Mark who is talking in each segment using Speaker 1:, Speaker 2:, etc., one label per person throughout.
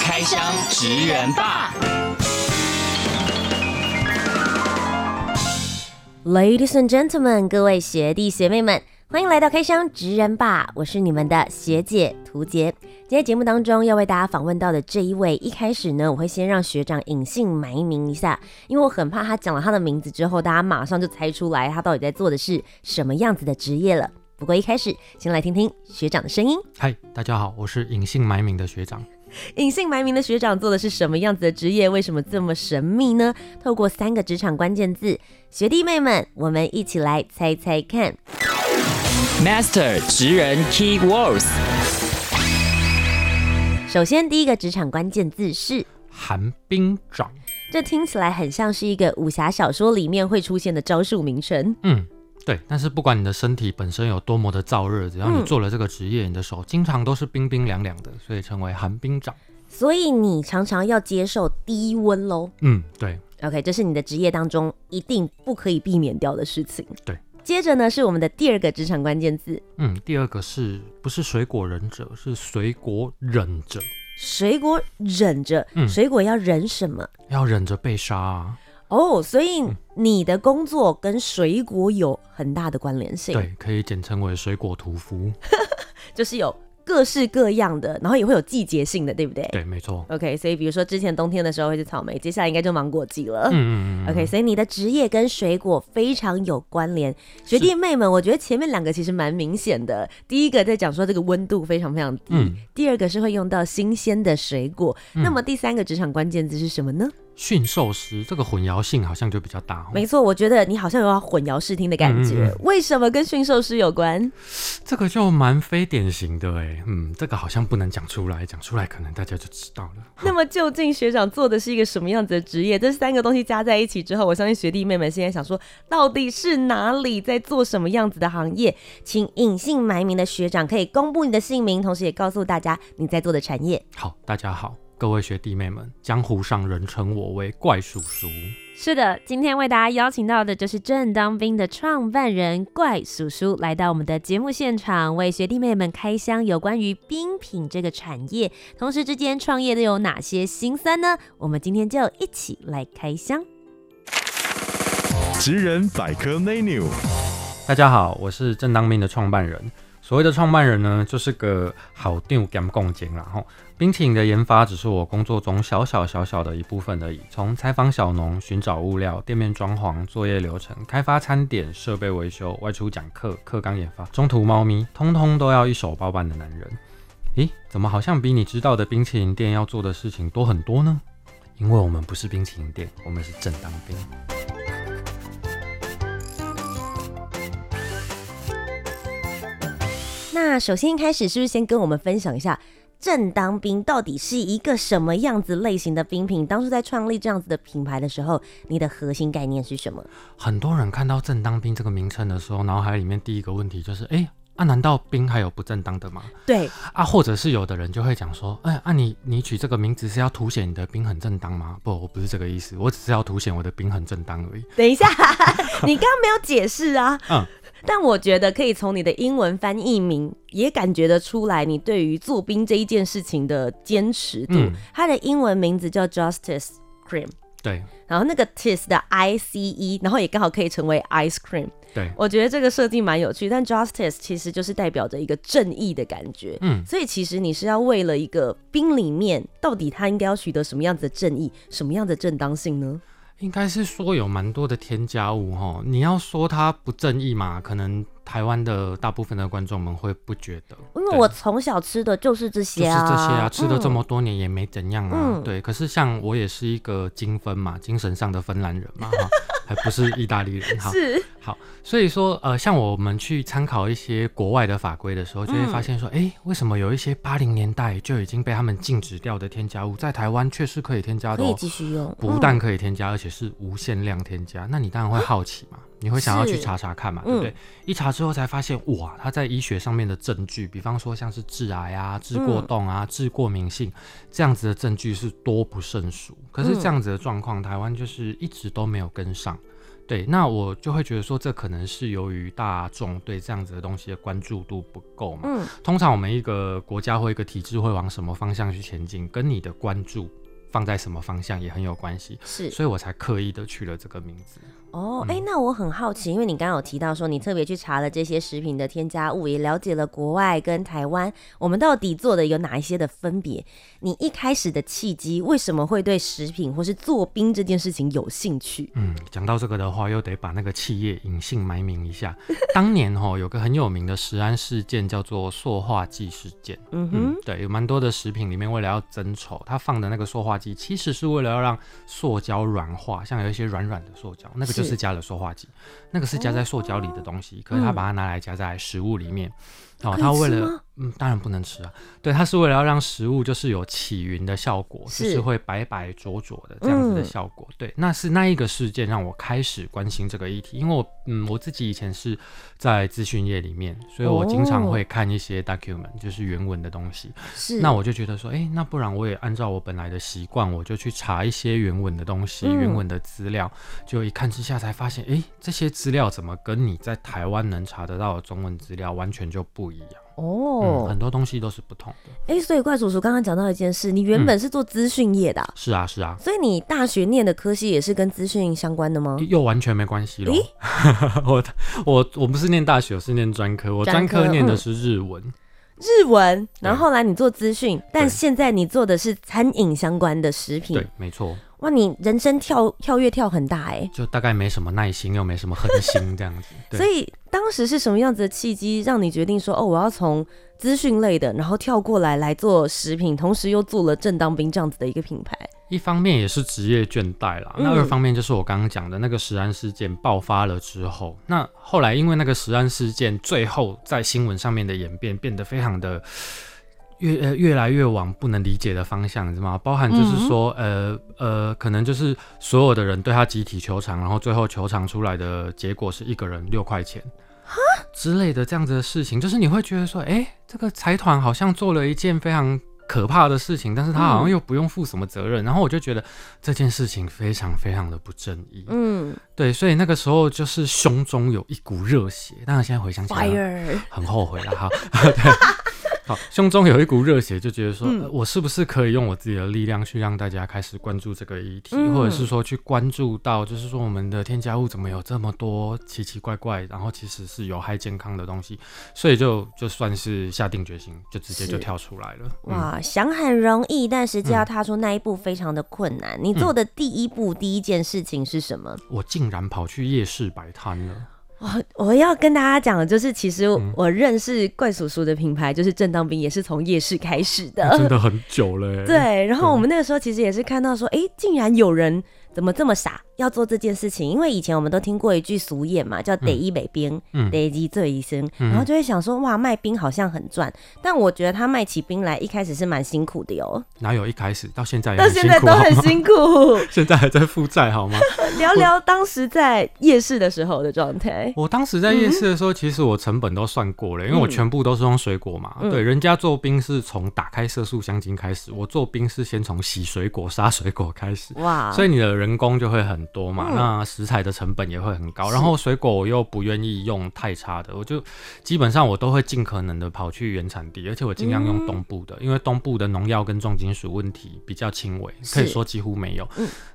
Speaker 1: 开箱职人吧。
Speaker 2: Ladies and gentlemen，各位学弟学妹们，欢迎来到开箱职人吧，我是你们的学姐涂洁。今天节目当中要为大家访问到的这一位，一开始呢，我会先让学长隐姓埋名一下，因为我很怕他讲了他的名字之后，大家马上就猜出来他到底在做的是什么样子的职业了。不过一开始，先来听听学长的声音。
Speaker 3: 嗨，大家好，我是隐姓埋名的学长。
Speaker 2: 隐姓埋名的学长做的是什么样子的职业？为什么这么神秘呢？透过三个职场关键字，学弟妹们，我们一起来猜猜看。
Speaker 1: Master 职人 Key Words，
Speaker 2: 首先，第一个职场关键字是，
Speaker 3: 寒冰掌，
Speaker 2: 这听起来很像是一个武侠小说里面会出现的招数名称。
Speaker 3: 嗯，对。但是不管你的身体本身有多么的燥热，只要你
Speaker 2: 嗯
Speaker 3: 做了这个职业，你的手经常都是冰冰凉凉的，所以称为寒冰掌。
Speaker 2: 所以你常常要接受低温喽。
Speaker 3: 嗯，对，
Speaker 2: OK，这是你的职业当中一定不可以避免掉的事情。
Speaker 3: 对。
Speaker 2: 接着呢，是我们的第二个职场关键字
Speaker 3: 嗯。第二个是不是水果忍者？是水果忍者，
Speaker 2: ——水果忍着。
Speaker 3: 嗯
Speaker 2: 水果要忍什么？
Speaker 3: 要忍着被杀、啊。
Speaker 2: 哦，所以你的工作跟水果有很大的关联性，，
Speaker 3: 对，可以简称为水果屠夫。
Speaker 2: 就是有各式各样的，然后也会有季节性的，对不对？
Speaker 3: 对，没错。嗯
Speaker 2: OK，所以比如说之前冬天的时候会是草莓，接下来应该就芒果季了。
Speaker 3: 嗯嗯嗯嗯。
Speaker 2: OK，所以你的职业跟水果非常有关联，学弟妹们，我觉得前面两个其实蛮明显的。第一个在讲说这个温度非常非常低，
Speaker 3: 嗯
Speaker 2: 第二个是会用到新鲜的水果。那么第三个职场关键字是什么呢？
Speaker 3: 驯兽师这个混淆性好像就比较大哦。
Speaker 2: 没错，我觉得你好像有要混淆视听的感觉。
Speaker 3: 嗯嗯
Speaker 2: 为什么跟驯兽师有关？
Speaker 3: 这个就蛮非典型的哎，嗯，这个好像不能讲出来，讲出来可能大家就知道了。
Speaker 2: 那么究竟学长做的是一个什么样子的职业？这三个东西加在一起之后，我相信学弟妹们现在想说，到底是哪里在做什么样子的行业？请隐姓埋名的学长可以公布你的姓名，同时也告诉大家你在做的产业。
Speaker 3: 好，大家好，各位学弟妹们，江湖上人称我为怪叔叔。
Speaker 2: 是的，今天为大家邀请到的就是正当兵的创办人怪叔叔来到我们的节目现场，为学弟妹们开箱有关于冰品这个产业，同时之间创业都有哪些辛酸呢？我们今天就一起来开箱。
Speaker 4: 职人百科 menu，
Speaker 3: 大家好，我是正当兵的创办人。所谓的创办人呢，就是个好定干共间啦吼。冰淇淋的研发只是我工作中小小小小的一部分而已。从采访小农、寻找物料、店面装潢、作业流程、开发餐点、设备维修、外出讲课、课纲研发、中途猫咪，通通都要一手包办的男人。咦，怎么好像比你知道的冰淇淋店要做的事情多很多呢？因为我们不是冰淇淋店，我们是正当兵。
Speaker 2: 那首先一开始是不是先跟我们分享一下正当兵到底是一个什么样子类型的冰品？当初在创立这样子的品牌的时候，你的核心概念是什么？
Speaker 3: 很多人看到“正当兵”这个名称的时候，脑海里面第一个问题就是：哎、啊，难道兵还有不正当的吗？
Speaker 2: 对，
Speaker 3: 啊，或者是有的人就会讲说：哎、啊你，你取这个名字是要凸显你的兵很正当吗？不，我不是这个意思，我只是要凸显我的兵很正当而已。
Speaker 2: 等一下， 你刚刚没有解释啊。
Speaker 3: 嗯
Speaker 2: 但我觉得可以从你的英文翻译名也感觉得出来，你对于做兵这一件事情的坚持度。
Speaker 3: 嗯
Speaker 2: 它的英文名字叫 Justice Cream，
Speaker 3: 对
Speaker 2: 然后那个 tis 的 I C E，然后也刚好可以成为 ice cream。
Speaker 3: 对，
Speaker 2: 我觉得这个设计蛮有趣，但 justice 其实就是代表着一个正义的感觉。
Speaker 3: 嗯
Speaker 2: 所以其实你是要为了一个兵里面到底他应该要取得什么样子的正义，什么样的正当性呢？
Speaker 3: 应该是说有蛮多的添加物哈。你要说它不正义嘛，可能台湾的大部分的观众们会不觉得，
Speaker 2: 因为
Speaker 3: 对
Speaker 2: 我从小吃的就是这
Speaker 3: 就
Speaker 2: 些
Speaker 3: 是
Speaker 2: 啊，
Speaker 3: 这些啊，吃了这
Speaker 2: 嗯
Speaker 3: 么多年也没怎样啊。
Speaker 2: 嗯
Speaker 3: 对，可是像我也是一个金分嘛，精神上的芬兰人嘛，哈哎不是意大利人哈。
Speaker 2: 嗯是
Speaker 3: 好，所以说呃，像我们去参考一些国外的法规的时候，就会发现说，
Speaker 2: 嗯
Speaker 3: 哎、为什么有一些八零年代就已经被他们禁止掉的添加物，在台湾却是可以添加
Speaker 2: 可
Speaker 3: 的、
Speaker 2: 以
Speaker 3: 哦？
Speaker 2: 继续用，嗯
Speaker 3: 不但可以添加，而且是无限量添加。那你当然会好奇嘛，你会想要去
Speaker 2: 是
Speaker 3: 查查看嘛，对不对？一查之后才发现，哇，它在医学上面的证据，比方说像是致癌啊、致过动啊、致过敏性这样子的证据是多不胜数。可
Speaker 2: 嗯
Speaker 3: 是这样子的状况，台湾就是一直都没有跟上。对，那我就会觉得说，这可能是由于大众对这样子的东西的关注度不够嘛。
Speaker 2: 嗯
Speaker 3: 通常我们一个国家或一个体制会往什么方向去前进，跟你的关注放在什么方向也很有关系，
Speaker 2: 是
Speaker 3: 所以我才刻意的取了这个名字。
Speaker 2: 哦，
Speaker 3: 嗯
Speaker 2: 哎、那我很好奇，因为你刚刚有提到说你特别去查了这些食品的添加物，也了解了国外跟台湾，我们到底做的有哪一些的分别？你一开始的契机为什么会对食品或是做冰这件事情有兴趣？
Speaker 3: 嗯，讲到这个的话，又得把那个企业隐姓埋名一下。当年哦，有个很有名的食安事件叫做塑化剂事件。
Speaker 2: 嗯
Speaker 3: 嗯
Speaker 2: 哼，，
Speaker 3: 对，有蛮多的食品里面为了要增稠，它放的那个塑化剂其实是为了要让塑胶软化，像有一些软软的塑胶，那个就是
Speaker 2: 是
Speaker 3: 加了塑化剂，那个是加在塑胶里的东西，可是它把它拿来加在食物里面。哦
Speaker 2: 可，以
Speaker 3: 它为
Speaker 2: 吃
Speaker 3: 了
Speaker 2: 吗
Speaker 3: 嗯，当然不能吃啊。对，它是为了要让食物就是有起云的效果，就是
Speaker 2: 是
Speaker 3: 会白白浊浊的这样子的
Speaker 2: 嗯
Speaker 3: 效果。对，那是那一个事件让我开始关心这个议题，因为我嗯我自己以前是在资讯业里面，所以我经常
Speaker 2: 哦
Speaker 3: 会看一些 document，就是原文的东西。
Speaker 2: 是
Speaker 3: 那我就觉得说，哎、那不然我也按照我本来的习惯，我就去查一些原文的东西、
Speaker 2: 嗯
Speaker 3: 原文的资料，就一看之下才发现，哎、这些资料怎么跟你在台湾能查得到的中文资料完全就不一样？嗯，
Speaker 2: 哦，
Speaker 3: 很多东西都是不同的。
Speaker 2: 哎、所以怪叔叔刚刚讲到一件事，你
Speaker 3: 嗯
Speaker 2: 原本是做资讯业的啊、
Speaker 3: 是啊，是啊，
Speaker 2: 所以你大学念的科系也是跟资讯相关的吗？
Speaker 3: 又完全没关系喽。 我我我不是念大学，我是念专科，我
Speaker 2: 专
Speaker 3: 专
Speaker 2: 科
Speaker 3: 科念的
Speaker 2: 嗯
Speaker 3: 是日文。
Speaker 2: 日文，
Speaker 3: 对
Speaker 2: 然后后来你做资讯，但
Speaker 3: 对
Speaker 2: 现在你做的是餐饮相关的食品
Speaker 3: 对，，没错，
Speaker 2: 哇，你人生跳跳跃跳很大哎、
Speaker 3: 就大概没什么耐心，又没什么恒心这样 子。对。
Speaker 2: 所以当时是什么样子的契机，让你决定说，哦，我要从资讯类的，然后跳过来来做食品，同时又做了正当兵这样子的一个品牌？
Speaker 3: 一方面也是职业倦怠啦，
Speaker 2: 嗯
Speaker 3: 那二方面就是我刚刚讲的那个食安事件爆发了之后，那后来因为那个食安事件，最后在新闻上面的演变变得非常的越呃越来越往不能理解的方向，你知道吗？包含就是说，
Speaker 2: 嗯
Speaker 3: 呃呃，可能就是所有的人对他集体求偿，然后最后求偿出来的结果是一个人六块钱。之类的这样子的事情，就是你会觉得说，哎、这个财团好像做了一件非常可怕的事情，但是他
Speaker 2: 嗯
Speaker 3: 好像又不用负什么责任，然后我就觉得这件事情非常非常的不正义，
Speaker 2: 嗯
Speaker 3: 对，所以那个时候就是胸中有一股热血，当然现在回想起来
Speaker 2: ，fire，
Speaker 3: 很后悔了哈， 对。好，胸中有一股热血，就觉得说、
Speaker 2: 嗯
Speaker 3: 呃我是不是可以用我自己的力量去让大家开始关注这个议题，
Speaker 2: 嗯
Speaker 3: 或者是说去关注到，就是说我们的添加物怎么有这么多奇奇怪怪，然后其实是有害健康的东西，所以就就算是下定决心，就直接就是跳出来了。嗯，
Speaker 2: 哇，想很容易，但实际要踏出那一步非常的困难。
Speaker 3: 嗯
Speaker 2: 你做的第一步，第一件事情是什么？
Speaker 3: 我竟然跑去夜市摆摊了。
Speaker 2: 哦我我要跟大家讲，的就是其实
Speaker 3: 嗯
Speaker 2: 我认识怪叔叔的品牌，就是正当兵，也是从夜市开始的。
Speaker 3: 啊真的很久了、欸，
Speaker 2: 呃对，然
Speaker 3: 对
Speaker 2: 后我们那个时候其实也是看到说，诶，竟然有人怎么这么傻，要做这件事情？因为以前我们都听过一句俗谚嘛，叫“得一北冰，
Speaker 3: 嗯
Speaker 2: 得一醉一生”，然后就会想说，哇，卖冰好像很赚，但我觉得他卖起冰来一开始是蛮辛苦的哟，
Speaker 3: 哪有一开始到现在 也
Speaker 2: 到
Speaker 3: 很
Speaker 2: 现在
Speaker 3: 辛苦
Speaker 2: 都
Speaker 3: 好吗
Speaker 2: 很辛苦。
Speaker 3: 现在还在负债好吗？
Speaker 2: 聊聊当时在夜市的时候的状态，
Speaker 3: 我当时在夜市的时候，其实我成本都算过了，因为我全部都是用水果嘛。对，人家做冰是从打开色素香精开始，我做冰是先从洗水果、杀水果开始。
Speaker 2: 哇，
Speaker 3: 所以你的人工就会很多嘛，那食材的成本也会很高，然后水果我又不愿意用太差的，我就基本上我都会尽可能的跑去原产地，而且我尽量用东部的，因为东部的农药跟重金属问题比较轻微，可以
Speaker 2: 是
Speaker 3: 说几乎没有。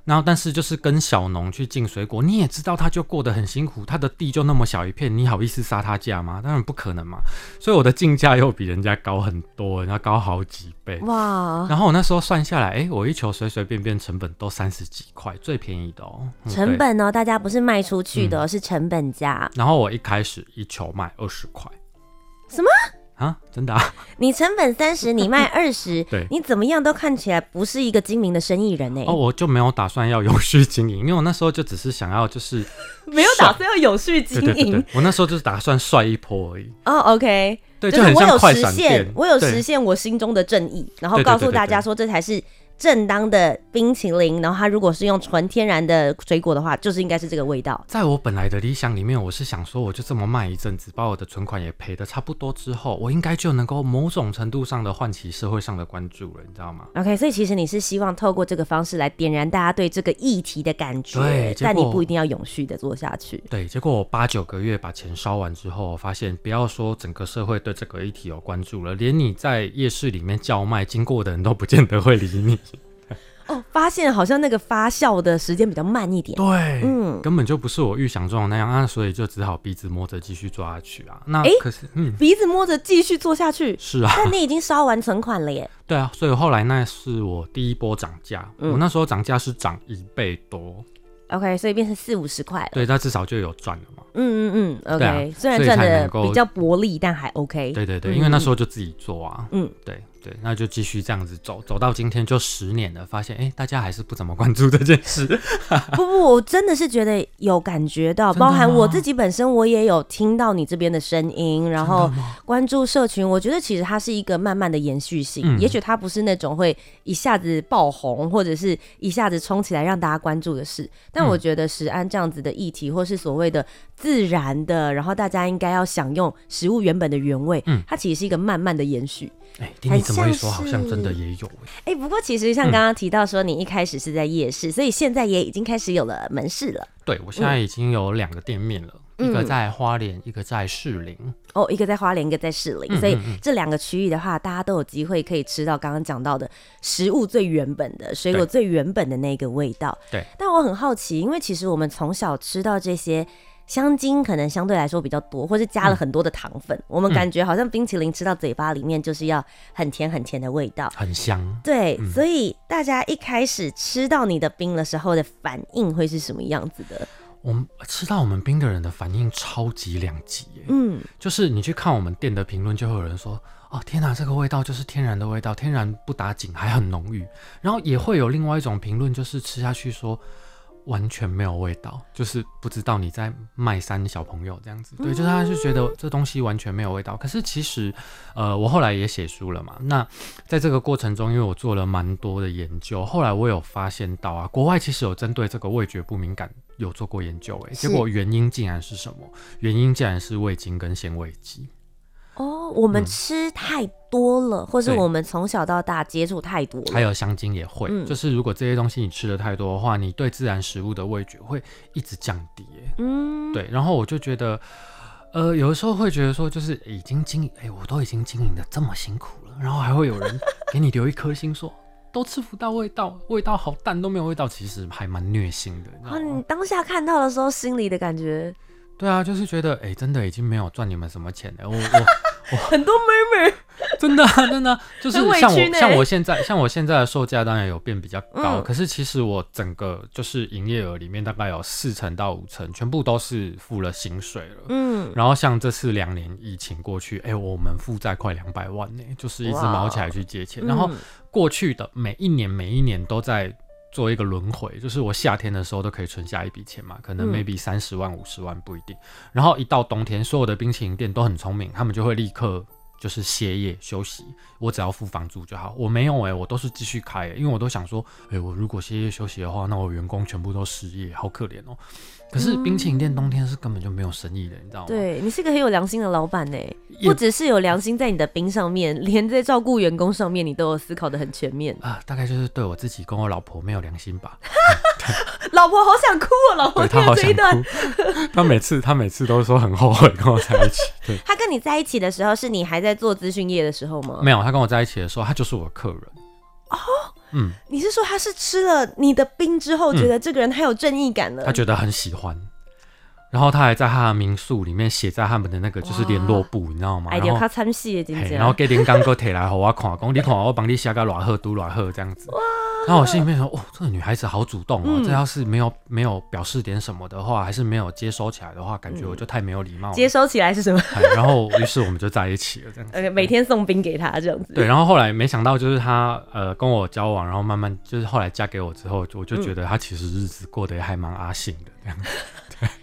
Speaker 3: 然后但是就是跟小农去进水果，你也知道他就过得很辛苦，他的地就那么小一片，你好意思杀他价吗？当然不可能嘛，所以我的进价又比人家高很多，人家高好几倍。
Speaker 2: 哇，
Speaker 3: 然后我那时候算下来，哎、我一球随随便便成本都三十几块，最便宜的哦、嗯
Speaker 2: 成。
Speaker 3: 对嗯
Speaker 2: 本哦，大家不是卖出去的哦，是成本价，
Speaker 3: 然后我一开始一球卖二十块，
Speaker 2: 什么？
Speaker 3: 啊，真的、啊，
Speaker 2: 你成本三十，你卖二十，
Speaker 3: 对
Speaker 2: 你怎么样都看起来不是一个精明的生意人呢、欸
Speaker 3: 哦，我就没有打算要永续经营，因为我那时候就只是想 要就是
Speaker 2: 没有打算要永续经
Speaker 3: 对
Speaker 2: 营
Speaker 3: 对对对，我那时候就是打算帅一波而已。
Speaker 2: 哦，OK，
Speaker 3: 对，
Speaker 2: 就是
Speaker 3: 很
Speaker 2: 我
Speaker 3: 像
Speaker 2: 有
Speaker 3: 快
Speaker 2: 实
Speaker 3: 闪
Speaker 2: 现
Speaker 3: 电，，
Speaker 2: 我有
Speaker 3: 对
Speaker 2: 实现我心中的正义，然后
Speaker 3: 对对
Speaker 2: 告
Speaker 3: 对
Speaker 2: 诉
Speaker 3: 对
Speaker 2: 大家
Speaker 3: 对
Speaker 2: 说这才是正当的冰淇淋，然后它如果是用纯天然的水果的话，就是应该是这个味道。
Speaker 3: 在我本来的理想里面，我是想说，我就这么卖一阵子，把我的存款也赔的差不多之后，我应该就能够某种程度上的唤起社会上的关注了，你知道吗？
Speaker 2: OK，所以其实你是希望透过这个方式来点燃大家对这个议题的感觉
Speaker 3: 对，
Speaker 2: 但
Speaker 3: 结
Speaker 2: 你
Speaker 3: 果
Speaker 2: 不一定要永续的做下去。
Speaker 3: 对，结果我八九个月把钱烧完之后，我发现不要说整个社会对这个议题有关注了，连你在夜市里面叫卖，经过的人都不见得会理你。
Speaker 2: 哦，发现好像那个发酵的时间比较慢一点。
Speaker 3: 对，
Speaker 2: 嗯
Speaker 3: 根本就不是我预想中的那样啊，所以就只好鼻子摸着继续做下去啊。那
Speaker 2: 诶
Speaker 3: 可是，嗯，
Speaker 2: 鼻子摸着继续做下去，
Speaker 3: 是啊，
Speaker 2: 但你已经烧完存款了耶。
Speaker 3: 对啊，所以后来那是我第一波涨价，
Speaker 2: 嗯
Speaker 3: 我那时候涨价是涨一倍多，
Speaker 2: OK，所以变成四五十块了。
Speaker 3: 对，那至少就有赚了嘛。
Speaker 2: 嗯嗯嗯，OK，、
Speaker 3: 对啊
Speaker 2: 虽然
Speaker 3: 所以
Speaker 2: 赚
Speaker 3: 才
Speaker 2: 的
Speaker 3: 能够
Speaker 2: 比较薄利，但还 OK。
Speaker 3: 对对对，
Speaker 2: 嗯
Speaker 3: 因为那时候就自己做啊，
Speaker 2: 嗯，
Speaker 3: 对对，那就继续这样子走，走到今天就十年了，发现哎、诶大家还是不怎么关注这件事。
Speaker 2: 不不，我真的是觉得有感觉到，
Speaker 3: 真的
Speaker 2: 包
Speaker 3: 吗
Speaker 2: 含我自己本身，我也有听到你这边的声音，然后关注社群，我觉得其实它是一个慢慢的延续性，
Speaker 3: 嗯
Speaker 2: 也许它不是那种会一下子爆红，或者是一下子冲起来让大家关注的事，但
Speaker 3: 嗯
Speaker 2: 我觉得食安这样子的议题，或是所谓的自然的，然后大家应该要享用食物原本的原味，
Speaker 3: 嗯
Speaker 2: 它其实是一个慢慢的延续。
Speaker 3: 哎、听你
Speaker 2: 很
Speaker 3: 这么一
Speaker 2: 像
Speaker 3: 说，好像真的
Speaker 2: 是
Speaker 3: 也有、诶
Speaker 2: 哎、不过其实
Speaker 3: 嗯
Speaker 2: 像刚刚提到说，你一开始是在夜市，所以现在也已经开始有了门市了。
Speaker 3: 对我现在已经有两个店面了，一个
Speaker 2: 嗯
Speaker 3: 在花莲，一个在士林。
Speaker 2: 哦，一个在花莲，一个在士林，
Speaker 3: 嗯
Speaker 2: 所以
Speaker 3: 嗯嗯
Speaker 2: 这两个区域的话，大家都有机会可以吃到刚刚讲到的食物最原本的、水果
Speaker 3: 对
Speaker 2: 最原本的那个味道。
Speaker 3: 对，
Speaker 2: 但我很好奇，因为其实我们从小吃到这些。香精可能相对来说比较多，或是加
Speaker 3: 嗯
Speaker 2: 了很多的糖粉，我们感觉好像冰淇淋吃到嘴巴里面就是要很甜很甜的味道。
Speaker 3: 很香。
Speaker 2: 对，所以大家一开始吃到你的冰的时候的反应会是什么样子的？
Speaker 3: 我们吃到我们冰的人的反应超级两极耶，
Speaker 2: 嗯，
Speaker 3: 就是你去看我们店的评论，就会有人说：“哦，天哪，这个味道就是天然的味道，天然不打紧，还很浓郁。”然后也会有另外一种评论，就是吃下去说完全没有味道，就是不知道你在卖山小朋友这样子。对，就是他就觉得这东西完全没有味道。可是其实，呃，我后来也写书了嘛，那在这个过程中，因为我做了蛮多的研究，后来我有发现到啊，国外其实有针对这个味觉不敏感有做过研究、欸，结果原因竟然是什么？原因竟然是味精跟鲜味剂。
Speaker 2: 哦，我们吃太多了，或是
Speaker 3: 嗯对
Speaker 2: 我们从小到大接触太多了，
Speaker 3: 还有香精也会，
Speaker 2: 嗯
Speaker 3: 就是如果这些东西你吃的太多的话，你对自然食物的味觉会一直降低耶。
Speaker 2: 嗯，
Speaker 3: 对，然后我就觉得，呃，有的时候会觉得说，就是已经经营，哎、我都已经经营的这么辛苦了，然后还会有人给你留一颗心说。都吃不到味道，味道好淡，都没有味道，其实还蛮虐心的，你知
Speaker 2: 啊，
Speaker 3: 道
Speaker 2: 你
Speaker 3: 吗？
Speaker 2: 当下看到的时候，心里的感觉
Speaker 3: 对啊，就是觉得，哎、真的已经没有赚你们什么钱了，我我
Speaker 2: 很多 murmur，
Speaker 3: 真的、啊、 真的啊、就是
Speaker 2: 很委
Speaker 3: 像
Speaker 2: 屈
Speaker 3: 我
Speaker 2: 呢
Speaker 3: 像我现在像我现在的售价当然有变比较高，
Speaker 2: 嗯
Speaker 3: 可是其实我整个就是营业额里面大概有四成到五成全部都是付了薪水了。
Speaker 2: 嗯，
Speaker 3: 然后像这次两年疫情过去，哎、我们负债快两百万呢、就是一直
Speaker 2: 哇
Speaker 3: 毛起来去借钱。然后
Speaker 2: 嗯
Speaker 3: 过去的每一年每一年都在做一个轮回，就是我夏天的时候都可以存下一笔钱嘛，可能
Speaker 2: 嗯
Speaker 3: maybe 三十万五十万不一定。然后一到冬天，所有的冰淇淋店都很聪明，他们就会立刻。就是歇业休息，我只要付房租就好。我没有哎、我都是继续开、欸，因为我都想说，哎、我如果歇业休息的话，那我员工全部都失业，好可怜哦、可是冰淇淋店冬天是根本就没有生意的，你知道吗？
Speaker 2: 嗯对你是个很有良心的老板呢，
Speaker 3: 也
Speaker 2: 不只是有良心在你的冰上面，连在照顾员工上面，你都有思考的很全面。
Speaker 3: 啊，大概就是对我自己跟我老婆没有良心吧。
Speaker 2: 老婆好想哭哦，老婆
Speaker 3: 对
Speaker 2: 听
Speaker 3: 她
Speaker 2: 了
Speaker 3: 好
Speaker 2: 这
Speaker 3: 想
Speaker 2: 一段，
Speaker 3: 哭，她每次她每次都说很后悔跟我在一起。对，
Speaker 2: 他跟你在一起的时候，是你还在做资讯业的时候吗？
Speaker 3: 没有，她跟我在一起的时候，她就是我的客人。嗯，
Speaker 2: 你是说他是吃了你的冰之后，
Speaker 3: 嗯
Speaker 2: 觉得这个人太有正义感了？
Speaker 3: 她觉得很喜欢。然后她还在她的民宿里面写在他们的那个就是联络簿，你知道吗？
Speaker 2: 哎，
Speaker 3: 然
Speaker 2: 你有
Speaker 3: 后
Speaker 2: 他参戏的，真
Speaker 3: 嘿
Speaker 2: 正。
Speaker 3: 然后给林刚哥提来给我看，讲你看我帮你写个偌好都偌好这样子。然后我心里面想，哦，这个女孩子好主动哦，
Speaker 2: 嗯
Speaker 3: 这要是没有没有表示点什么的话，还是没有接收起来的话，感觉我就太没有礼貌了。
Speaker 2: 嗯接收起来是什么？
Speaker 3: 哎然后于是我们就在一起了，这样子。
Speaker 2: 呃，每天送冰给他这样子。
Speaker 3: 对，然后后来没想到，就是她呃跟我交往，然后慢慢就是后来嫁给我之后，我
Speaker 2: 嗯
Speaker 3: 就觉得她其实日子过得还蛮阿信的这样。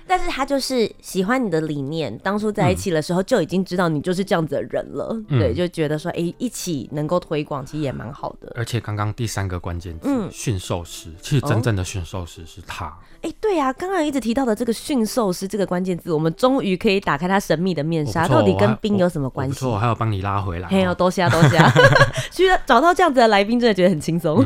Speaker 2: 但是他就是喜欢你的理念，当初在一起的时候就已经知道你就是这样子的人了，
Speaker 3: 嗯
Speaker 2: 对，就觉得说，哎、一起能够推广，其实也蛮好的。
Speaker 3: 而且刚刚第三个关键
Speaker 2: 嗯
Speaker 3: 字驯兽师，其实真正的驯兽师是她。
Speaker 2: 哎、对啊，刚刚一直提到的这个驯兽师这个关键字，我们终于可以打开他神秘的面
Speaker 3: 我不
Speaker 2: 纱，
Speaker 3: 错
Speaker 2: 到底
Speaker 3: 我还
Speaker 2: 跟冰有什么
Speaker 3: 我
Speaker 2: 关
Speaker 3: 不
Speaker 2: 系
Speaker 3: 错，？我还要帮你拉回来
Speaker 2: 嘿
Speaker 3: 哦。
Speaker 2: 有多啊虾多 虾，其实找到这样子的来宾，真的觉得很轻松。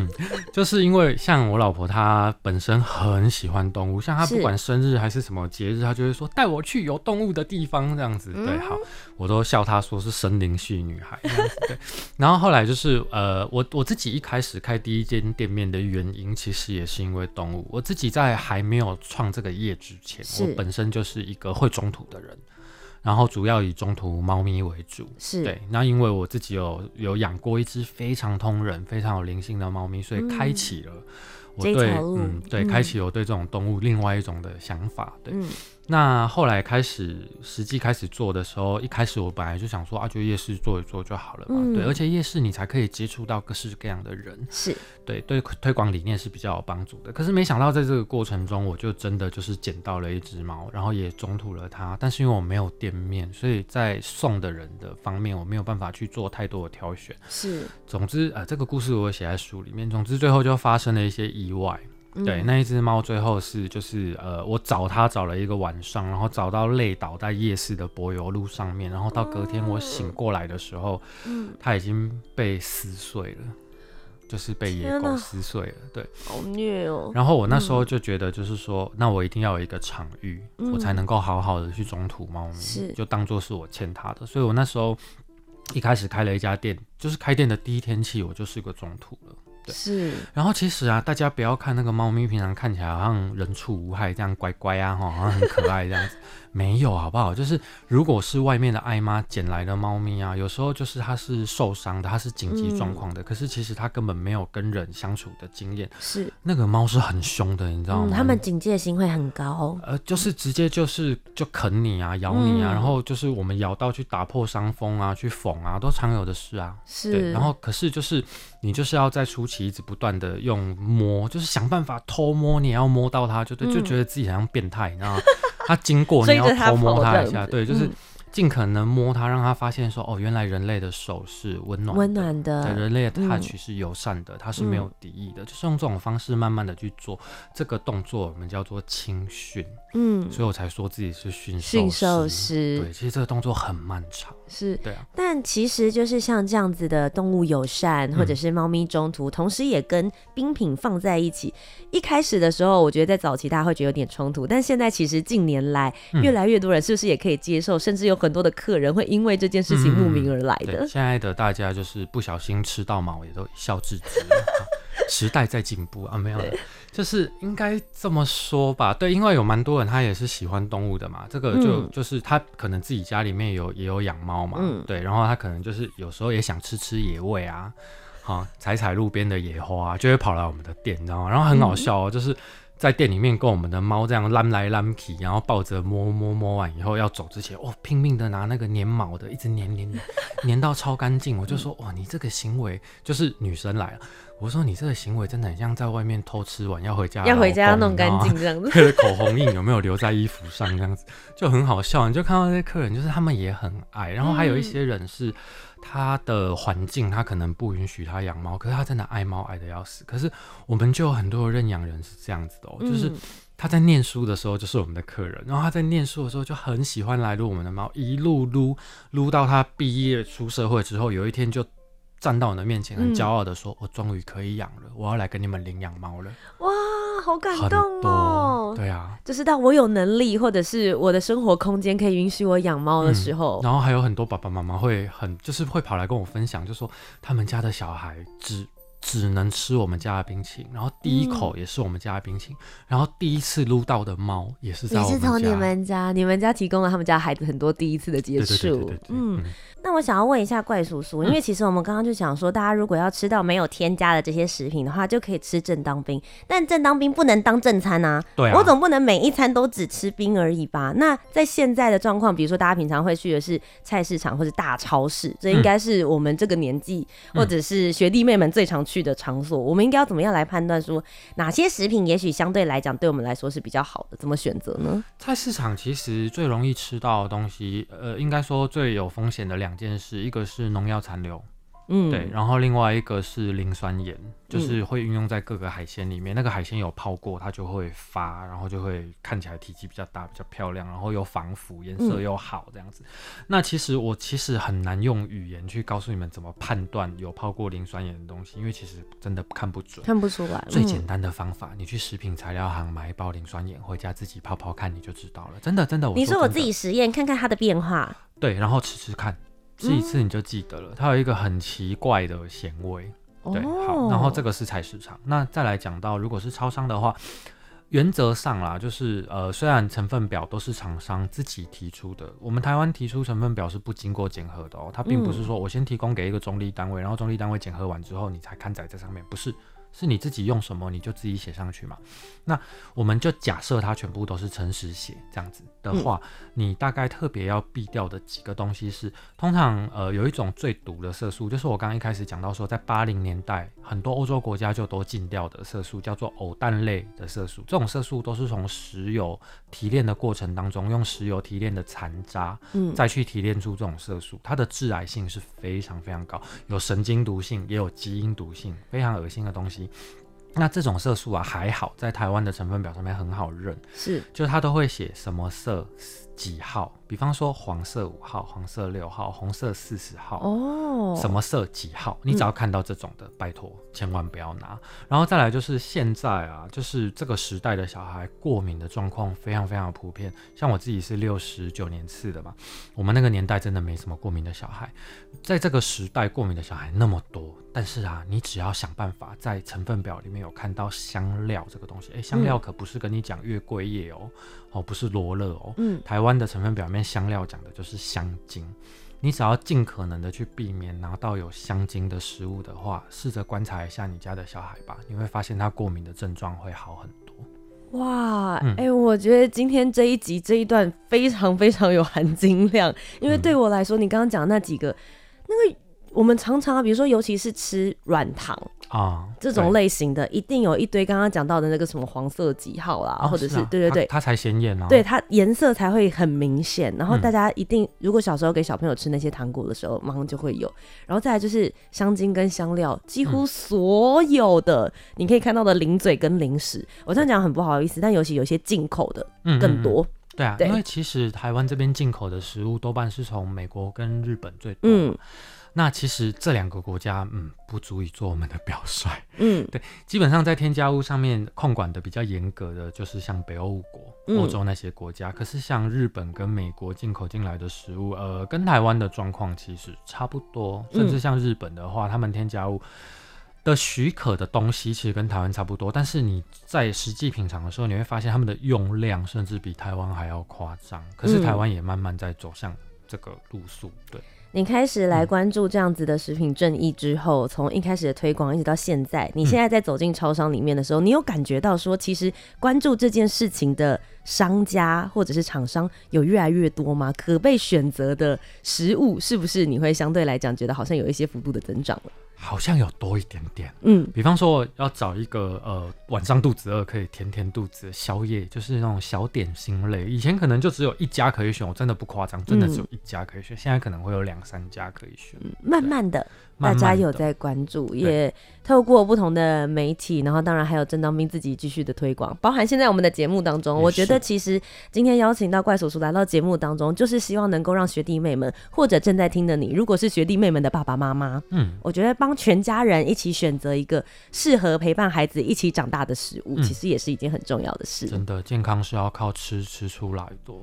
Speaker 3: 就是因为像我老婆，她本身很喜欢动物，像她
Speaker 2: 是
Speaker 3: 不管生日还是什么节日，她就会说带我去有动物的地方这样子。
Speaker 2: 嗯
Speaker 3: 对，好，我都笑她说是森林系女孩这样子。 对，然后后来就是呃，我我自己一开始开第一间店面的原因，其实也是因为动物。我自己在还没有创这个业之前，
Speaker 2: 是
Speaker 3: 我本身就是一个会中途的人，然后主要以中途猫咪为主。
Speaker 2: 是
Speaker 3: 对，那因为我自己有有养过一只非常通人、非常有灵性的猫咪，所以开启了
Speaker 2: 嗯
Speaker 3: 我
Speaker 2: 这一
Speaker 3: 对
Speaker 2: 条路
Speaker 3: 嗯对，开启我对这种动物另外一种的想法。对，
Speaker 2: 嗯
Speaker 3: 那后来开始实际开始做的时候，一开始我本来就想说啊，就夜市做一做就好了嘛。
Speaker 2: 嗯
Speaker 3: 对，而且夜市你才可以接触到各式各样的人，
Speaker 2: 是，
Speaker 3: 对对，推广理念是比较有帮助的。可是没想到在这个过程中，我就真的就是捡到了一只猫，然后也中途了它。但是因为我没有店面，所以在送的人的方面，我没有办法去做太多的挑选。
Speaker 2: 是，
Speaker 3: 总之，呃，这个故事我有写在书里面。总之，最后就发生了一些意外。
Speaker 2: 嗯
Speaker 3: 对，那一只猫最后是就是呃，我找它找了一个晚上，然后找到累倒在夜市的柏油路上面，然后到隔天我醒过来的时候，
Speaker 2: 嗯
Speaker 3: 它已经被撕碎了，就是被野
Speaker 2: 天哪
Speaker 3: 狗撕碎了。对，
Speaker 2: 好虐哦。
Speaker 3: 然后我那时候就觉得，就是说，那我一定要有一个场域，我才能够好好的去中途猫
Speaker 2: 是
Speaker 3: 咪，就当做是我欠他的。所以我那时候一开始开了一家店，就是开店的第一天起，我就是个中途了。
Speaker 2: 是，
Speaker 3: 然后其实啊，大家不要看那个猫咪平常看起来好像人畜无害，这样乖乖啊，哈，好像很可爱这样子， 没有好不好？就是如果是外面的爱妈捡来的猫咪啊，有时候就是它是受伤的，它是紧急状况的，可是其实它根本没有跟人相处的经验，
Speaker 2: 是，
Speaker 3: 那个猫是很凶的，你知道
Speaker 2: 嗯，
Speaker 3: 吗？
Speaker 2: 他们警戒心会很高，哦
Speaker 3: 呃，就是直接就是就啃你啊，咬你啊，
Speaker 2: 嗯
Speaker 3: 然后就是我们咬到去打破伤风啊，去缝啊，都常有的事啊。
Speaker 2: 是。
Speaker 3: 对，然后可是就是你就是要在初期一直不断的用摸，就是想办法偷摸，你也要摸到它，就对，就
Speaker 2: 嗯
Speaker 3: 觉得自己好像变态，你知 道吗？它经过你
Speaker 2: 追着
Speaker 3: 要
Speaker 2: 它
Speaker 3: 偷摸
Speaker 2: 跑
Speaker 3: 它
Speaker 2: 这
Speaker 3: 一
Speaker 2: 样
Speaker 3: 下，
Speaker 2: 子
Speaker 3: 对，就是
Speaker 2: 嗯
Speaker 3: 尽可能摸它，让它发现说哦，原来人类的手是温暖
Speaker 2: 温
Speaker 3: 的
Speaker 2: 暖
Speaker 3: 对
Speaker 2: 的，
Speaker 3: 人类的
Speaker 2: 嗯
Speaker 3: touch 是友善的，它是没有敌意的，就是用这种方式慢慢的去做这个动作，我们叫做轻训，
Speaker 2: 嗯，
Speaker 3: 所以我才说自己是驯
Speaker 2: 驯兽
Speaker 3: 师。
Speaker 2: 师
Speaker 3: 对，其实这个动作很漫长，
Speaker 2: 是，
Speaker 3: 对啊，
Speaker 2: 但其实就是像这样子的动物友善，
Speaker 3: 嗯
Speaker 2: 或者是猫咪中途，同时也跟冰品放在一起。一开始的时候，我觉得在早期大家会觉得有点冲突，但现在其实近年来
Speaker 3: 嗯
Speaker 2: 越来越多人是不是也可以接受，甚至有很多的客人会因为这件事情慕名而来
Speaker 3: 嗯对，
Speaker 2: 的。
Speaker 3: 现在的大家就是不小心吃到毛，也都一笑 置之了。啊时代在进步啊，没有了，就是应该这么说吧。对，因为有蛮多人他也是喜欢动物的嘛，这个就、
Speaker 2: 嗯
Speaker 3: 就是他可能自己家里面有也有养猫嘛，
Speaker 2: 嗯
Speaker 3: 对，然后他可能就是有时候也想吃吃野味啊，好、采采路边的野花、啊，就会跑来我们的店，你知道吗？然后很
Speaker 2: 嗯
Speaker 3: 好笑哦，就是。在店里面跟我们的猫这样拉来拉去，然后抱着摸摸摸完以后要走之前，哦，拼命的拿那个粘毛的，一直粘粘 粘，粘到超干
Speaker 2: 嗯
Speaker 3: 净。我就说，哇，你这个行为就是女生来了，我说你这个行为真的很像在外面偷吃完要回家的
Speaker 2: 要回
Speaker 3: 老
Speaker 2: 家要
Speaker 3: 公
Speaker 2: 弄
Speaker 3: 你知
Speaker 2: 干
Speaker 3: 道吗
Speaker 2: 净这样 子，
Speaker 3: 对着口红印有没有留在衣服上，这样子就很好笑。你就看到那些客人，就是他们也很爱，然后还有一些人是他的环境，他可能不允许他养猫，可是他真的爱猫爱的要死。可是我们就有很多认养人是这样子的哦，就是
Speaker 2: 嗯
Speaker 3: 他在念书的时候就是我们的客人，然后他在念书的时候就很喜欢来撸我们的猫，一路撸撸到他毕业出社会之后，有一天就。站到你的面前，很骄傲的说：“我终于可以养了，我要来跟你们领养猫了。
Speaker 2: 哇，啊好感
Speaker 3: 很
Speaker 2: 动
Speaker 3: 多
Speaker 2: 哦，！
Speaker 3: 对啊，
Speaker 2: 就是当我有能力，或者是我的生活空间可以允许我养猫
Speaker 3: 嗯
Speaker 2: 的时候，
Speaker 3: 然后还有很多爸爸妈妈会很就是会跑来跟我分享，就说他们家的小孩只只能吃我们家的冰淇淋，然后第一口
Speaker 2: 嗯
Speaker 3: 也是我们家的冰淇淋，然后第一次撸到的猫也是在
Speaker 2: 也
Speaker 3: 我
Speaker 2: 是
Speaker 3: 家。
Speaker 2: 从你们家，你们家提供了他们家孩子很多第一次的接
Speaker 3: 对对对对对
Speaker 2: 触
Speaker 3: 对，嗯对，
Speaker 2: 嗯。那我想要问一下怪叔叔，因为其实我们刚刚就想说，大家如果要吃到没有添加的这些食品的话，就可以吃正当冰，但正当冰不能当正餐啊。
Speaker 3: 对啊
Speaker 2: 我总不能每一餐都只吃冰而已吧？那在现在的状况，比如说大家平常会去的是菜市场或是大超市，这应该是我们这个年纪、
Speaker 3: 嗯
Speaker 2: 或者是学弟妹们最常去的场所。我们应该要怎么样来判断说哪些食品也许相对来讲对我们来说是比较好的？怎么选择呢？
Speaker 3: 菜市场其实最容易吃到的东西，呃，应该说最有风险的两件事，一个是农药残留，
Speaker 2: 嗯，
Speaker 3: 对，，然后另外一个是磷酸盐，就是会运用在各个海鲜里面。那个海鲜有泡过，它就会发，然后就会看起来体积比较大、比较漂亮，然后又防腐，颜
Speaker 2: 嗯
Speaker 3: 色又好这样子。那其实我其实很难用语言去告诉你们怎么判断有泡过磷酸盐的东西，因为其实真的看不准。
Speaker 2: 看不嗯出来。
Speaker 3: 最简单的方法，你去食品材料行买一包磷酸盐，回家自己泡泡看，你就知道了。真的，真的，我
Speaker 2: 你说我
Speaker 3: 真
Speaker 2: 自
Speaker 3: 的
Speaker 2: 己实验看看它的变化，
Speaker 3: 对，然后吃吃看，吃一次你就记得了。它有一个很奇怪的咸味，对，好。然后这个是菜市场，那再来讲到如果是超商的话，原则上啦，就是呃，虽然成分表都是厂商自己提出的，我们台湾提出成分表是不经过检核的哦，它并不是说我先提供给一个中立单位，然后中立单位检核完之后你才刊载在上面，不是。是你自己用什么你就自己写上去嘛。那我们就假设它全部都是诚实写这样子的话，你大概特别要避掉的几个东西是，通常呃有一种最毒的色素，就是我刚刚一开始讲到说，在八零年代很多欧洲国家就都禁掉的色素，叫做偶氮类的色素。这种色素都是从石油提炼的过程当中，用石油提炼的残渣，
Speaker 2: 嗯
Speaker 3: 再去提炼出这种色素，它的致癌性是非常非常高，有神经毒性，也有基因毒性，非常恶心的东西。那这种色素啊，还好在台湾的成分表上面很好认，
Speaker 2: 是
Speaker 3: 就它都会写什么色几号，比方说黄色五号、黄色六号、红色四十号，
Speaker 2: 哦，
Speaker 3: 什么色几号，你只要看到这种的，拜托千万不要拿。然后再来就是现在啊，就是这个时代的小孩过敏的状况非常非常普遍。像我自己是六十九年次的嘛，我们那个年代真的没什么过敏的小孩，在这个时代过敏的小孩那么多，但是啊，你只要想办法在成分表里面有看到香料这个东西，诶，香
Speaker 2: 嗯
Speaker 3: 料可不是跟你讲月桂叶哦，哦不是罗勒哦，
Speaker 2: 嗯
Speaker 3: 台湾的成分表面香料讲的就是香精。你只要尽可能的去避免拿到有香精的食物的话，试着观察一下你家的小孩吧，你会发现他过敏的症状会好很多。
Speaker 2: 哇，哎、
Speaker 3: 嗯
Speaker 2: 我觉得今天这一集这一段非常非常有含金量，因
Speaker 3: 嗯
Speaker 2: 为对我来说，你刚刚讲的那几个，那个我们常常啊，比如说尤其是吃软糖
Speaker 3: 啊、
Speaker 2: 这种
Speaker 3: 类
Speaker 2: 类型的，一定有一堆刚刚讲到的那个什么黄色几号
Speaker 3: 哦
Speaker 2: 啦，或者是,、对对对。
Speaker 3: 它啊才显眼啊。
Speaker 2: 对它颜色才会很明显，然后
Speaker 3: 嗯
Speaker 2: 大家一定、如果小时候给小朋友吃那些糖果的时候，马上就会有。然后再来就是香精跟香料，几
Speaker 3: 嗯
Speaker 2: 乎所有的、你可以看到的零嘴跟零食，我这样讲很不好意思，但尤其有些进口的
Speaker 3: 嗯，嗯
Speaker 2: 更。
Speaker 3: 嗯
Speaker 2: 多，
Speaker 3: 对啊，
Speaker 2: 对
Speaker 3: 因为其实台湾这边进口的食物多半是从美国跟日本最多。
Speaker 2: 嗯
Speaker 3: 那其实这两个国家，嗯，不足以做我们的表率。
Speaker 2: 嗯
Speaker 3: 基本上在添加物上面控管的比较严格的，就是像北欧国、
Speaker 2: 嗯
Speaker 3: 欧洲那些国家。可是像日本跟美国进口进来的食物，呃，跟台湾的状况其实差不多，
Speaker 2: 嗯
Speaker 3: 甚至像日本的话，他们添加物。的许可的东西其实跟台湾差不多，但是你在实际品尝的时候，你会发现他们的用量甚至比台湾还要夸张。可是
Speaker 2: 嗯
Speaker 3: 台湾也慢慢在走向这个路数，对。
Speaker 2: 你开始来关注这样子的食品正义之后，从一开始的推广一直到现在，你现在在走进超商里面的时候，你有感觉到说，其实关注这件事情的商家或者是厂商有越来越多吗？可被选择的食物是不是你会相对来讲觉得好像有一些幅度的增长了？
Speaker 3: 好像有多一点点。
Speaker 2: 嗯，
Speaker 3: 比方说要找一个呃晚上肚子饿可以填填肚子的宵夜，就是那种小点心类。以前可能就只有一家可以选，我真的不夸张，真的只有嗯一家可以选。现在可能会有两三家可以选。
Speaker 2: 慢慢的，
Speaker 3: 慢慢地
Speaker 2: 大家有在关注，也透过不同的媒体，然后当然还有正当兵自己继续的推广，包含现在我们的节目当中，
Speaker 3: 也是
Speaker 2: 我觉得其实今天邀请到怪叔叔来到节目当中，就是希望能够让学弟妹们或者正在听的你，如果是学弟妹们的爸爸妈妈，
Speaker 3: 嗯，
Speaker 2: 我觉得帮全家人一起选择一个适合陪伴孩子一起长大的食物，
Speaker 3: 嗯
Speaker 2: 其实也是一件很重要的事。
Speaker 3: 真的健康是要靠吃吃出来的。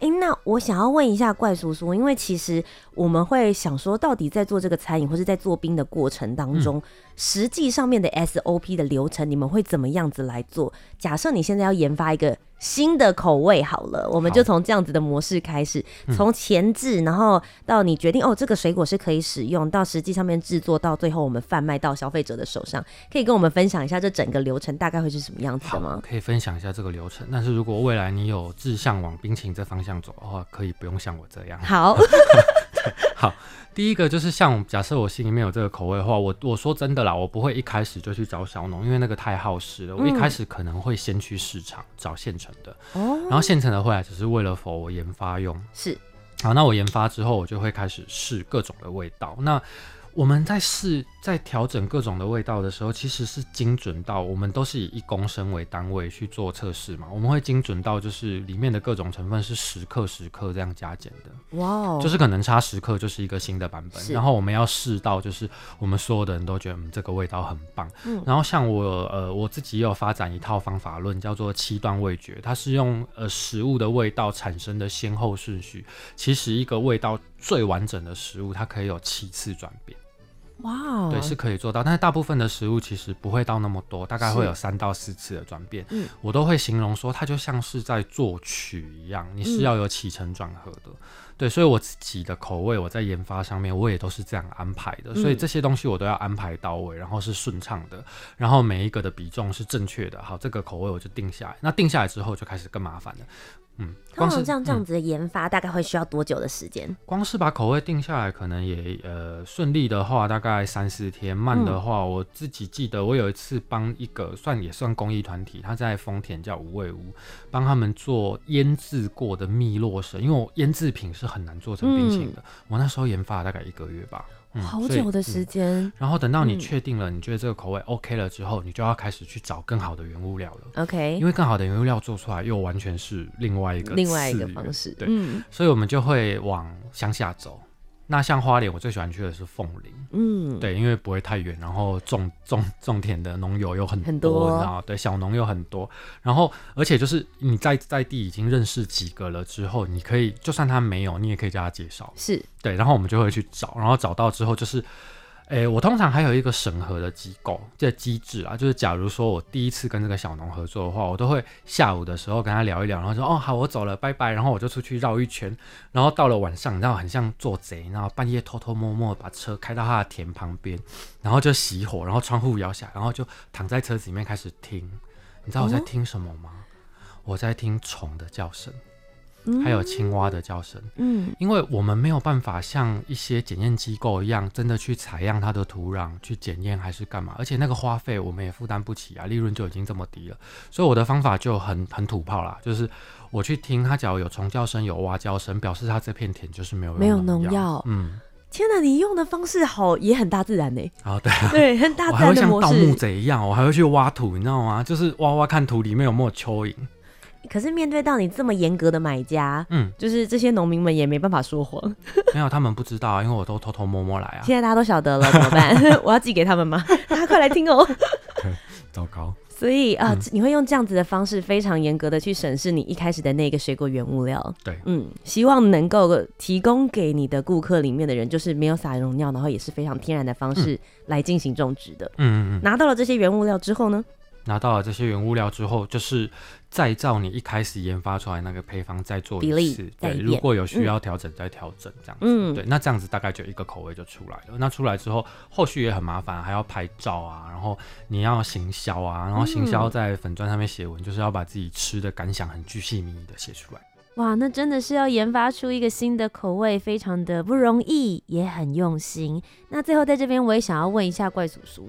Speaker 2: 哎、诶，那我想要问一下怪叔叔，因为其实我们会想说，到底在做这个餐饮或是在做冰的过程
Speaker 3: 嗯
Speaker 2: 当中，实际上面的 SOP 的流程，你们会怎么样子来做？假设你现在要研发一个新的口味好了，我们就
Speaker 3: 好嗯
Speaker 2: 从这样子的模式开始，从前置，然后到你决定哦，这个水果是可以使用，到实际上面制作，到最后我们贩卖到消费者的手上，可以跟我们分享一下这整个流程大概会是什么样子的
Speaker 3: 好，
Speaker 2: 吗？
Speaker 3: 可以分享一下这个流程。但是如果未来你有志向往冰淇淋这方向走的话，可以不用像我这样。
Speaker 2: 好，
Speaker 3: 第一个就是像假设我心里面有这个口味的话，我我说真的啦，我不会一开始就去找小农，因为那个太耗时了。我一开始可能会先去市场找现成的，
Speaker 2: 哦，
Speaker 3: 然后现成的回来只是为了否我研发用。
Speaker 2: 是
Speaker 3: 好，那我研发之后，我就会开始试各种的味道。那我们在试在调整各种的味道的时候，其实是精准到我们都是以一公升为单位去做测试嘛，我们会精准到就是里面的各种成分是十克十克这样加减的。
Speaker 2: 哇哦，
Speaker 3: 就是可能差十克就是一个新的版本，
Speaker 2: 是
Speaker 3: 然后我们要试到就是我们所有的人都觉得嗯这个味道很棒，
Speaker 2: 嗯
Speaker 3: 然后像我呃我自己也有发展一套方法论叫做七段味觉，它是用呃食物的味道产生的先后顺序，其实一个味道最完整的食物它可以有七次转变，
Speaker 2: 哇哦，
Speaker 3: 对是可以做到，但是大部分的食物其实不会到那么多，大概会
Speaker 2: 是
Speaker 3: 有三到四次的转变，
Speaker 2: 嗯
Speaker 3: 我都会形容说它就像是在作曲一样，你
Speaker 2: 嗯
Speaker 3: 是要有起承转合的。对，所以我自己的口味，我在研发上面我也都是这样安排
Speaker 2: 嗯
Speaker 3: 的，所以这些东西我都要安排到位，然后是顺畅的，然后每一个的比重是正确的。好，这个口味我就定下来。那定下来之后就开始更麻烦了。嗯，
Speaker 2: 通
Speaker 3: 光是
Speaker 2: 哦常这样这样子的研发大概会需要多久的时间？
Speaker 3: 光是把口味定下来，可能也呃顺利的话，大概三四天；慢
Speaker 2: 嗯
Speaker 3: 的话，我自己记得我有一次帮一个算也算公益团体，他在丰田叫无味屋，帮他们做腌制过的蜜洛神，因为我腌制品是很难做成冰淇淋的，我那时候研发了大概一个月吧，
Speaker 2: 嗯
Speaker 3: 嗯、
Speaker 2: 好
Speaker 3: 所以
Speaker 2: 久的时嗯间、
Speaker 3: 然后等到你确定了，你觉得这个口味 OK 了之后，你就要开始去找更好的原物料了。
Speaker 2: o k
Speaker 3: 因为更好的原物料做出来，又完全是另外一个
Speaker 2: 另外一个
Speaker 3: 次元
Speaker 2: 方式
Speaker 3: 对，
Speaker 5: 嗯，
Speaker 3: 所以我们就会往乡下走。那像花莲，我最喜欢去的是凤林，
Speaker 2: 嗯，
Speaker 3: 对，因为不会太远，然后种种种田的农友又很多，
Speaker 2: 很多
Speaker 3: 你知道，对，小农又很多，然后而且就是你在在地已经认识几个了之后，你可以就算他没有，你也可以叫他介绍，
Speaker 2: 是
Speaker 3: 对，然后我们就会去找，然后找到之后就是，诶，我通常还有一个审核的机构这机制啊，就是假如说我第一次跟这个小农合作的话，我都会下午的时候跟他聊一聊，然后说哦好，我走了，拜拜，然后我就出去绕一圈，然后到了晚上，你知道很像做贼，然后半夜偷偷摸摸地把车开到他的田旁边，然后就熄火，然后窗户摇下来，然后就躺在车子里面开始听，你知道我
Speaker 2: 哦
Speaker 3: 在听什么吗？我在听虫的叫声，还有青蛙的叫声。
Speaker 2: 嗯，
Speaker 3: 因为我们没有办法像一些检验机构一样，真的去采样它的土壤去检验还是干嘛，而且那个花费我们也负担不起啊，利润就已经这么低了。所以我的方法就很很土炮啦，就是我去听它，假如有虫叫声、有蛙叫声，表示它这片田就是没有
Speaker 2: 没有
Speaker 3: 农
Speaker 2: 农药
Speaker 3: 嗯，
Speaker 2: 天哪，你用的方式好也很大自然呢、欸
Speaker 3: 好，对 啊。
Speaker 2: 对，很大
Speaker 3: 我
Speaker 2: 自
Speaker 3: 还
Speaker 2: 然
Speaker 3: 会
Speaker 2: 的
Speaker 3: 像
Speaker 2: 模
Speaker 3: 盗墓
Speaker 2: 式。
Speaker 3: 贼一样，我还会去挖土，你知道吗？就是挖挖看土里面有没有蚯蚓。
Speaker 2: 可是面对到你这么严格的买家，
Speaker 3: 嗯，
Speaker 2: 就是这些农民们也没办法说谎。
Speaker 3: 没有，他们不知道啊，因为我都偷偷摸摸来啊。
Speaker 2: 现在大家都晓得了，怎么办？ 我要寄给他们吗？ 大家快来听哦。
Speaker 3: 糟糕，
Speaker 2: 所以啊、你会用这样子的方式，非常严格的去审视你一开始的那个水果原物料。
Speaker 3: 对
Speaker 2: 嗯，希望能够呃提供给你的顾客里面的人，就是没有撒农药，然后也是非常天然的方式来进行种植的。
Speaker 3: 嗯嗯嗯。
Speaker 2: 拿到了这些原物料之后呢，
Speaker 3: 拿到了这些原物料之后，就是再照你一开始研发出来那个配方再做
Speaker 2: 比
Speaker 3: 一
Speaker 2: 例
Speaker 3: 次，
Speaker 2: 再
Speaker 3: 对，
Speaker 2: 变
Speaker 3: 如果有需要调整再调整这样子，
Speaker 2: 嗯
Speaker 3: 对，那这样子大概就一个口味就出来了。那出来之后，后续也很麻烦，还要拍照啊，然后你要行销啊，然后行
Speaker 2: 嗯
Speaker 3: 销在粉砖上面写文，就是要把自己吃的感想很具细迷的写出来。
Speaker 2: 哇，那真的是要研发出一个新的口味，非常的不容易，也很用心。那最后在这边，我也想要问一下怪叔叔，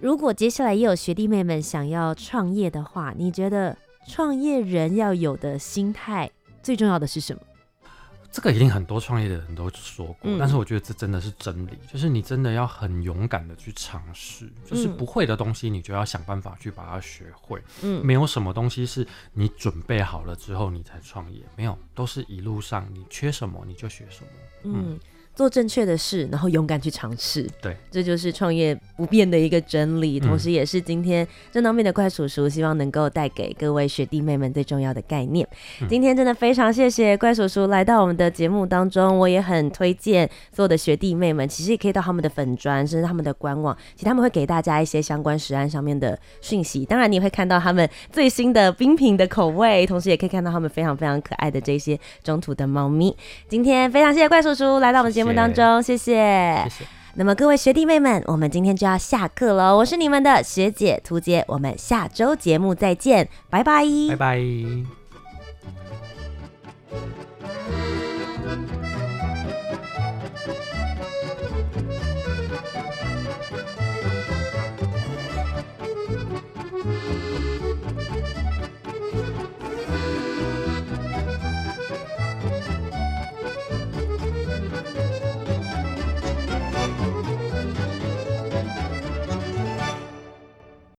Speaker 2: 如果接下来也有学弟妹们想要创业的话，你觉得创业人要有的心态最重要的是什么？
Speaker 3: 这个一定很多创业的人都说过，
Speaker 2: 嗯
Speaker 3: 但是我觉得这真的是真理，就是你真的要很勇敢的去尝试，就是
Speaker 2: 嗯
Speaker 3: 不会的东西你就要想办法去把它学会。
Speaker 2: 嗯，
Speaker 3: 没有什么东西是你准备好了之后你才创业，没有，都是一路上你缺什么你就学什么。
Speaker 2: 嗯
Speaker 3: 嗯，
Speaker 2: 做正确的事，然后勇敢去尝试。
Speaker 3: 对，
Speaker 2: 这就是创业不变的一个真理，
Speaker 3: 嗯
Speaker 2: 同时也是今天正当面的怪叔叔希望能够带给各位学弟妹们最重要的概念。今天真的非常谢谢怪叔叔来到我们的节目当中，我也很推荐所有的学弟妹们，其实也可以到他们的粉砖，甚至他们的官网，其实他们会给大家一些相关实案上面的讯息。当然，你也会看到他们最新的冰品的口味，同时也可以看到他们非常非常可爱的这些中途的猫咪。今天非常谢谢怪叔叔来到我们节目当中，谢谢
Speaker 3: 谢谢。
Speaker 2: 那么各位学弟妹们，我们今天就要下课哦喽。我是你们的学姐涂姐，我们下周节目再见，拜拜
Speaker 3: 拜拜。